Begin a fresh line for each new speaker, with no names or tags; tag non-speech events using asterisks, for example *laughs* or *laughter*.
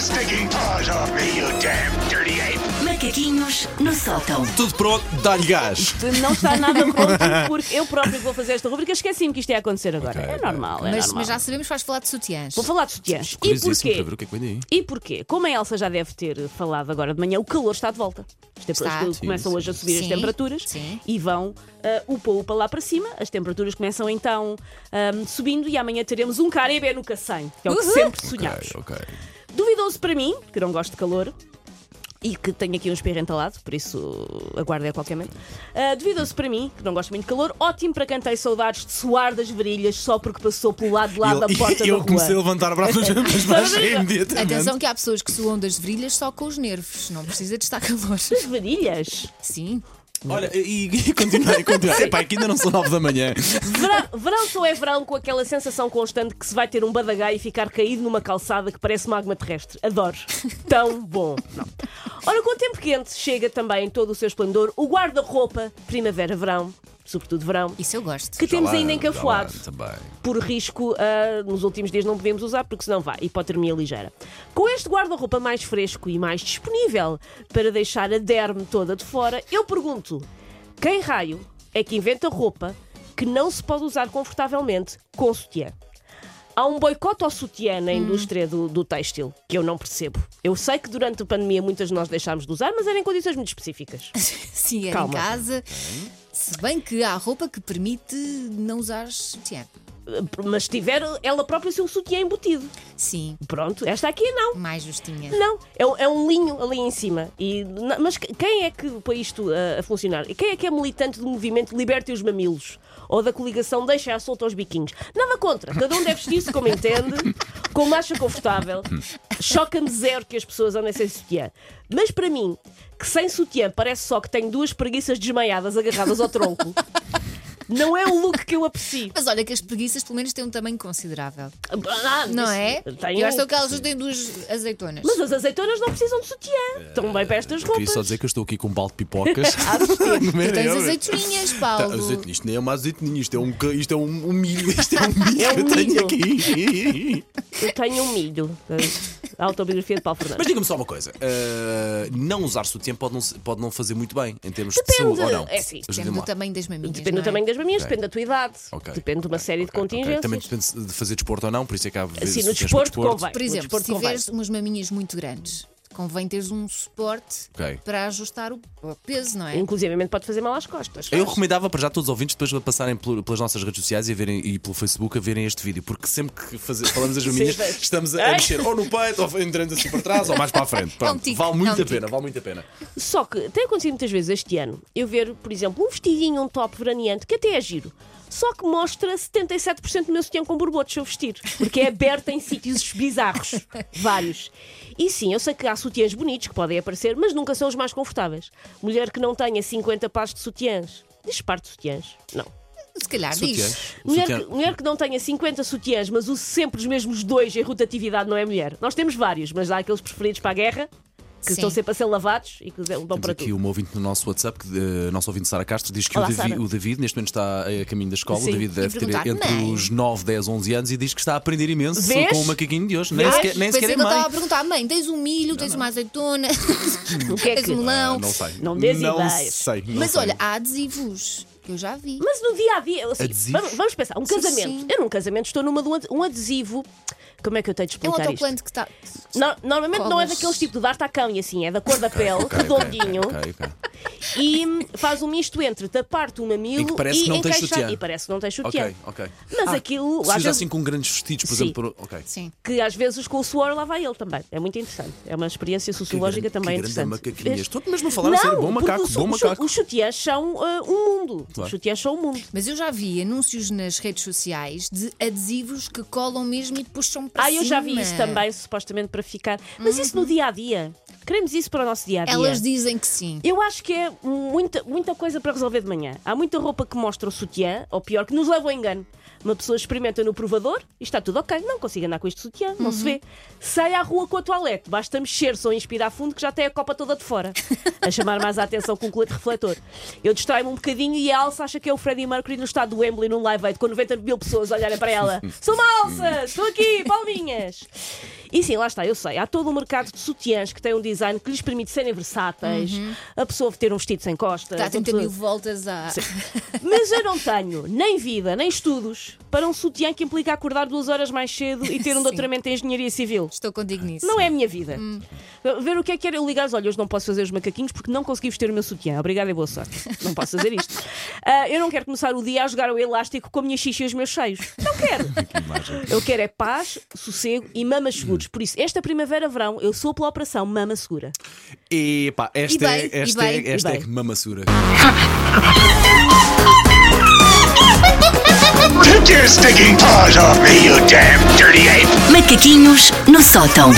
sticking paws off me, you damn dirty ape!
Macaquinhos no sótão.
Tudo pronto, dá-lhe gás.
Não está nada pronto porque eu próprio vou fazer esta rubrica. Esqueci-me que isto ia acontecer agora.
Ok,
é
ok.
normal, é
Mas,
normal.
mas já sabemos que vais falar de sutiãs.
Vou falar de sutiãs. E
Curiosíssimo
porquê?
para ver o que é que vem daí.
E porquê? Como a Elsa já deve ter falado agora de manhã, o calor está de volta. As temperaturas
Está.
começam
Sim,
hoje a subir as
Sim,
temperaturas
sim.
e vão ah, o upa-upa lá para cima. As temperaturas começam então ah, subindo e amanhã teremos um Caribe no Cacém, que é o que
Uhul!
sempre
Ok,
sonhámos.
ok.
Duvidoso para mim, que não gosto de calor e que tenho aqui um espirro entalado, por isso aguardem a qualquer momento. Ah, Duvidoso para mim, que não gosto muito de calor, ótimo para quem tem saudades de suar das varilhas só porque passou pelo lado de lá da
Ele- *laughs*
porta
eu
da rua.
comecei a levantar
*laughs*
braços, mas baixei imediatamente.
Atenção que há pessoas que suam das virilhas só com os nervos. Não precisa de estar
*laughs*
calor.
Das varilhas?
Sim.
Olha, e, e *laughs* continuar, e continuar. Epá, é que ainda não são nove da manhã.
Verão, verão só é verão com aquela sensação constante que se vai ter um badagai e ficar caído numa calçada que parece magma terrestre.
*laughs*
Adoro. Tão bom. Não. Ora, com o tempo quente, chega também em todo o seu esplendor o guarda-roupa primavera-verão, sobretudo verão,
Isso eu gosto.
que temos
Já Tá lá,
ainda encafuado.
já lá, Também.
Por risco, ah, nos últimos dias não podemos usar, porque senão vai, hipotermia ligeira. Com este guarda-roupa mais fresco e mais disponível para deixar a derme toda de fora, eu pergunto: quem raio é que inventa roupa que não se pode usar confortavelmente com sutiã? Há um boicote ao sutiã na indústria do, do têxtil, que eu não percebo. Eu sei que durante a pandemia muitas de nós deixámos de usar, mas era em condições muito específicas.
Sim, era em
Calma.
casa. Se bem que há roupa que permite não usar sutiã.
Mas tiver ela própria o seu sutiã embutido.
Sim,
Pronto, esta aqui não.
mais justinha.
Não, é, um- é um linho ali em cima. E, na- mas que- quem é que põe isto a, a funcionar? E Quem é que é militante do movimento Libertem os Mamilos? Ou da coligação Deixa a solta aos biquinhos? Nada contra, cada um deve vestir-se como entende, como acha confortável. Choca-me zero que as pessoas andem sem sutiã. Mas para mim, que sem sutiã parece só que tenho duas preguiças desmaiadas agarradas ao tronco. Não é um look que eu aprecio.
Mas olha que as preguiças pelo menos têm um tamanho considerável.
Ah,
Não é?
Tem-
Eu acho que elas têm duas azeitonas.
Mas as azeitonas não precisam de sutiã. Estão bem para estas
Queria
roupas.
só dizer que eu estou aqui com um balde de
*laughs*
pipocas. *laughs*
Ah,
Tu tens azeitoninhas,
Tá,
Paulo.
azeite- isto nem é uma azeitoninha, isto é um, ca- isto é um, um milho, *laughs* isto é um milho
É
que eu
um
tenho
milho.
aqui. *laughs*
Eu tenho um milho. A autobiografia de Paulo
Mas
Fernandes.
diga-me só uma coisa: ah, não usar sutiã pode não, se- pode não fazer muito bem em termos de
Depende.
saúde ou não?
É sim. Depende
Depende
Ajuda-me
do
lá.
tamanho das maminhas.
Depende
não
do
é?
tamanho das maminhas,
Ok.
depende da tua idade,
Ok,
depende de uma
ok,
série de
ok, ok.
contingências.
Também depende de fazer desporto ou não, por isso é que há vezes
Assim, no
sutiãs para
desporto, convém.
É
Por
um
No
exemplo,
desporto
se
convém.
tiveres umas maminhas muito grandes, convém teres um suporte
Ok. Um
para ajustar o o peso, não é?
Inclusive pode fazer mal às costas.
Eu recomendava para já todos os ouvintes depois passarem pel- pelas nossas redes sociais e, a verem, e pelo Facebook a verem este vídeo, porque sempre que faze- falamos as maminhas
Sim, vejo.
estamos a, a
Ai.
mexer ou no peito, ou entrando assim para trás, ou mais para a frente. Pronto,
tique,
vale muito
é um
a pena, vale muito a pena.
Só que tem acontecido muitas vezes este ano eu ver, por exemplo, um vestidinho, um top veraneante, que até é giro, só que mostra 77% do meu sutiã com borbotos se eu vestir, porque é aberto em *laughs* sítios bizarros, vários. E sim, eu sei que há sutiãs bonitos que podem aparecer, mas nunca são os mais confortáveis. Mulher que não tenha 50 pares de sutiãs, diz par de sutiãs? Não.
Se calhar diz.
Sutiãs.
Mulher
Sutiã-
que, mulher que não tenha 50 sutiãs, mas use sempre os mesmos dois em rotatividade, não é mulher. Nós temos vários, mas há aqueles preferidos para a guerra, que
Sim.
estão sempre a ser lavados e que dão
Temos
para
aqui
tudo.
uma ouvinte no nosso WhatsApp, que, eh, nosso ouvinte Sara Castro, diz que
Olá,
o, Davi-
Sara.
o David, neste momento está eh, a caminho da escola,
Sim,
o David
e
deve ter
perguntar
entre
mãe.
os 9, 10, 11 anos e diz que está a aprender imenso
Vês?
com o macaquinho de hoje. Nem
Vês?
sequer, nem
Pensei
sequer
que
é
eu estava a
mãe.
perguntar, mãe, tens um milho, tens uma
*laughs*
azeitona,
O que é
tens
que...
um melão.
Ah, não sei.
Não dês
não
ideias.
sei. não
Mas
sei.
olha, há adesivos que eu já vi.
Mas no dia a dia, assim,
Adesivo?
vamos, vamos pensar, um
Sim,
casamento.
sim.
Eu num casamento estou numa de um ad- um adesivo. Como é que eu tenho de
É um
explicar isto?
autocolante que está.
No- normalmente não é
Colas.
daqueles tipo de dar tacão e assim, é da
*laughs*
cor da pele,
Ok, ok,
redondinho,
ok, ok.
e faz um misto entre tapar-te o mamilo
E que parece que não tens
encaixar.
sutiã.
E parece que não tens sutiã.
Ok, ok.
Mas aquilo,
Se
às
usa
vezes,
assim com grandes vestidos, por
Sim.
exemplo. por- Ok.
Sim.
que às vezes com o suor lá vai ele também. É muito interessante. É uma experiência sociológica
grande-
também
que grande
interessante.
macaquinhas.
Vês?
Estou-te mesmo a falar a sério. Bom
porque
macaco,
o su-
bom
o chu-
macaco.
Os chutiãs são ah, um mundo.
Claro.
Os chutiãs são um mundo.
Mas eu já vi anúncios nas redes sociais de adesivos que colam mesmo e puxam para
Ah,
cima. Uhum.
eu já vi isso também, supostamente para ficar. Mas isso no dia a dia. Queremos isso para o nosso dia a dia.
Elas dizem que sim.
Eu acho que é muita, muita coisa para resolver de manhã. Há muita roupa que mostra o sutiã, ou pior, que nos leva ao engano. Uma pessoa experimenta no provador e está tudo ok. Não consigo andar com este sutiã, não se vê. Sai à rua com a toalete, basta mexer-se ou inspirar fundo que já tem a copa toda de fora. A chamar mais a atenção com o colete refletor. Eu distraio-me um bocadinho e a Alça acha que é o Freddie Mercury no estado do Wembley num live aid com 90 mil pessoas a olharem para ela. Sou uma Alça! Estou aqui, palminhas! E sim, lá está, eu sei. Há todo um mercado de sutiãs que tem um design que lhes permite serem versáteis, a pessoa ter um vestido sem costas.
Está a
a
30
pessoa-
mil voltas a.
*laughs* Mas eu não tenho nem vida, nem estudos para um sutiã que implica acordar duas horas mais cedo e ter um
Sim.
doutoramento em engenharia civil.
*laughs* Estou contigo nisso.
Não é a minha vida. Ver o que é que era eu ligar os olhos, não posso fazer os macaquinhos porque não consegui vestir o meu sutiã. Obrigada e boa sorte. Não posso fazer isto. Ah, eu não quero começar o dia a jogar o elástico com a minha xixa e os meus cheios. Não quero. Eu quero é paz, sossego e mamas seguros. Por isso, esta primavera-verão, eu sou pela operação Mama Segura.
E pá, esta
E bem,
é, esta
e
é,
bem,
esta
e
é
bem.
que mamassura.
Take your stinking paws off me, you damn dirty ape!
Macaquinhos no sótão.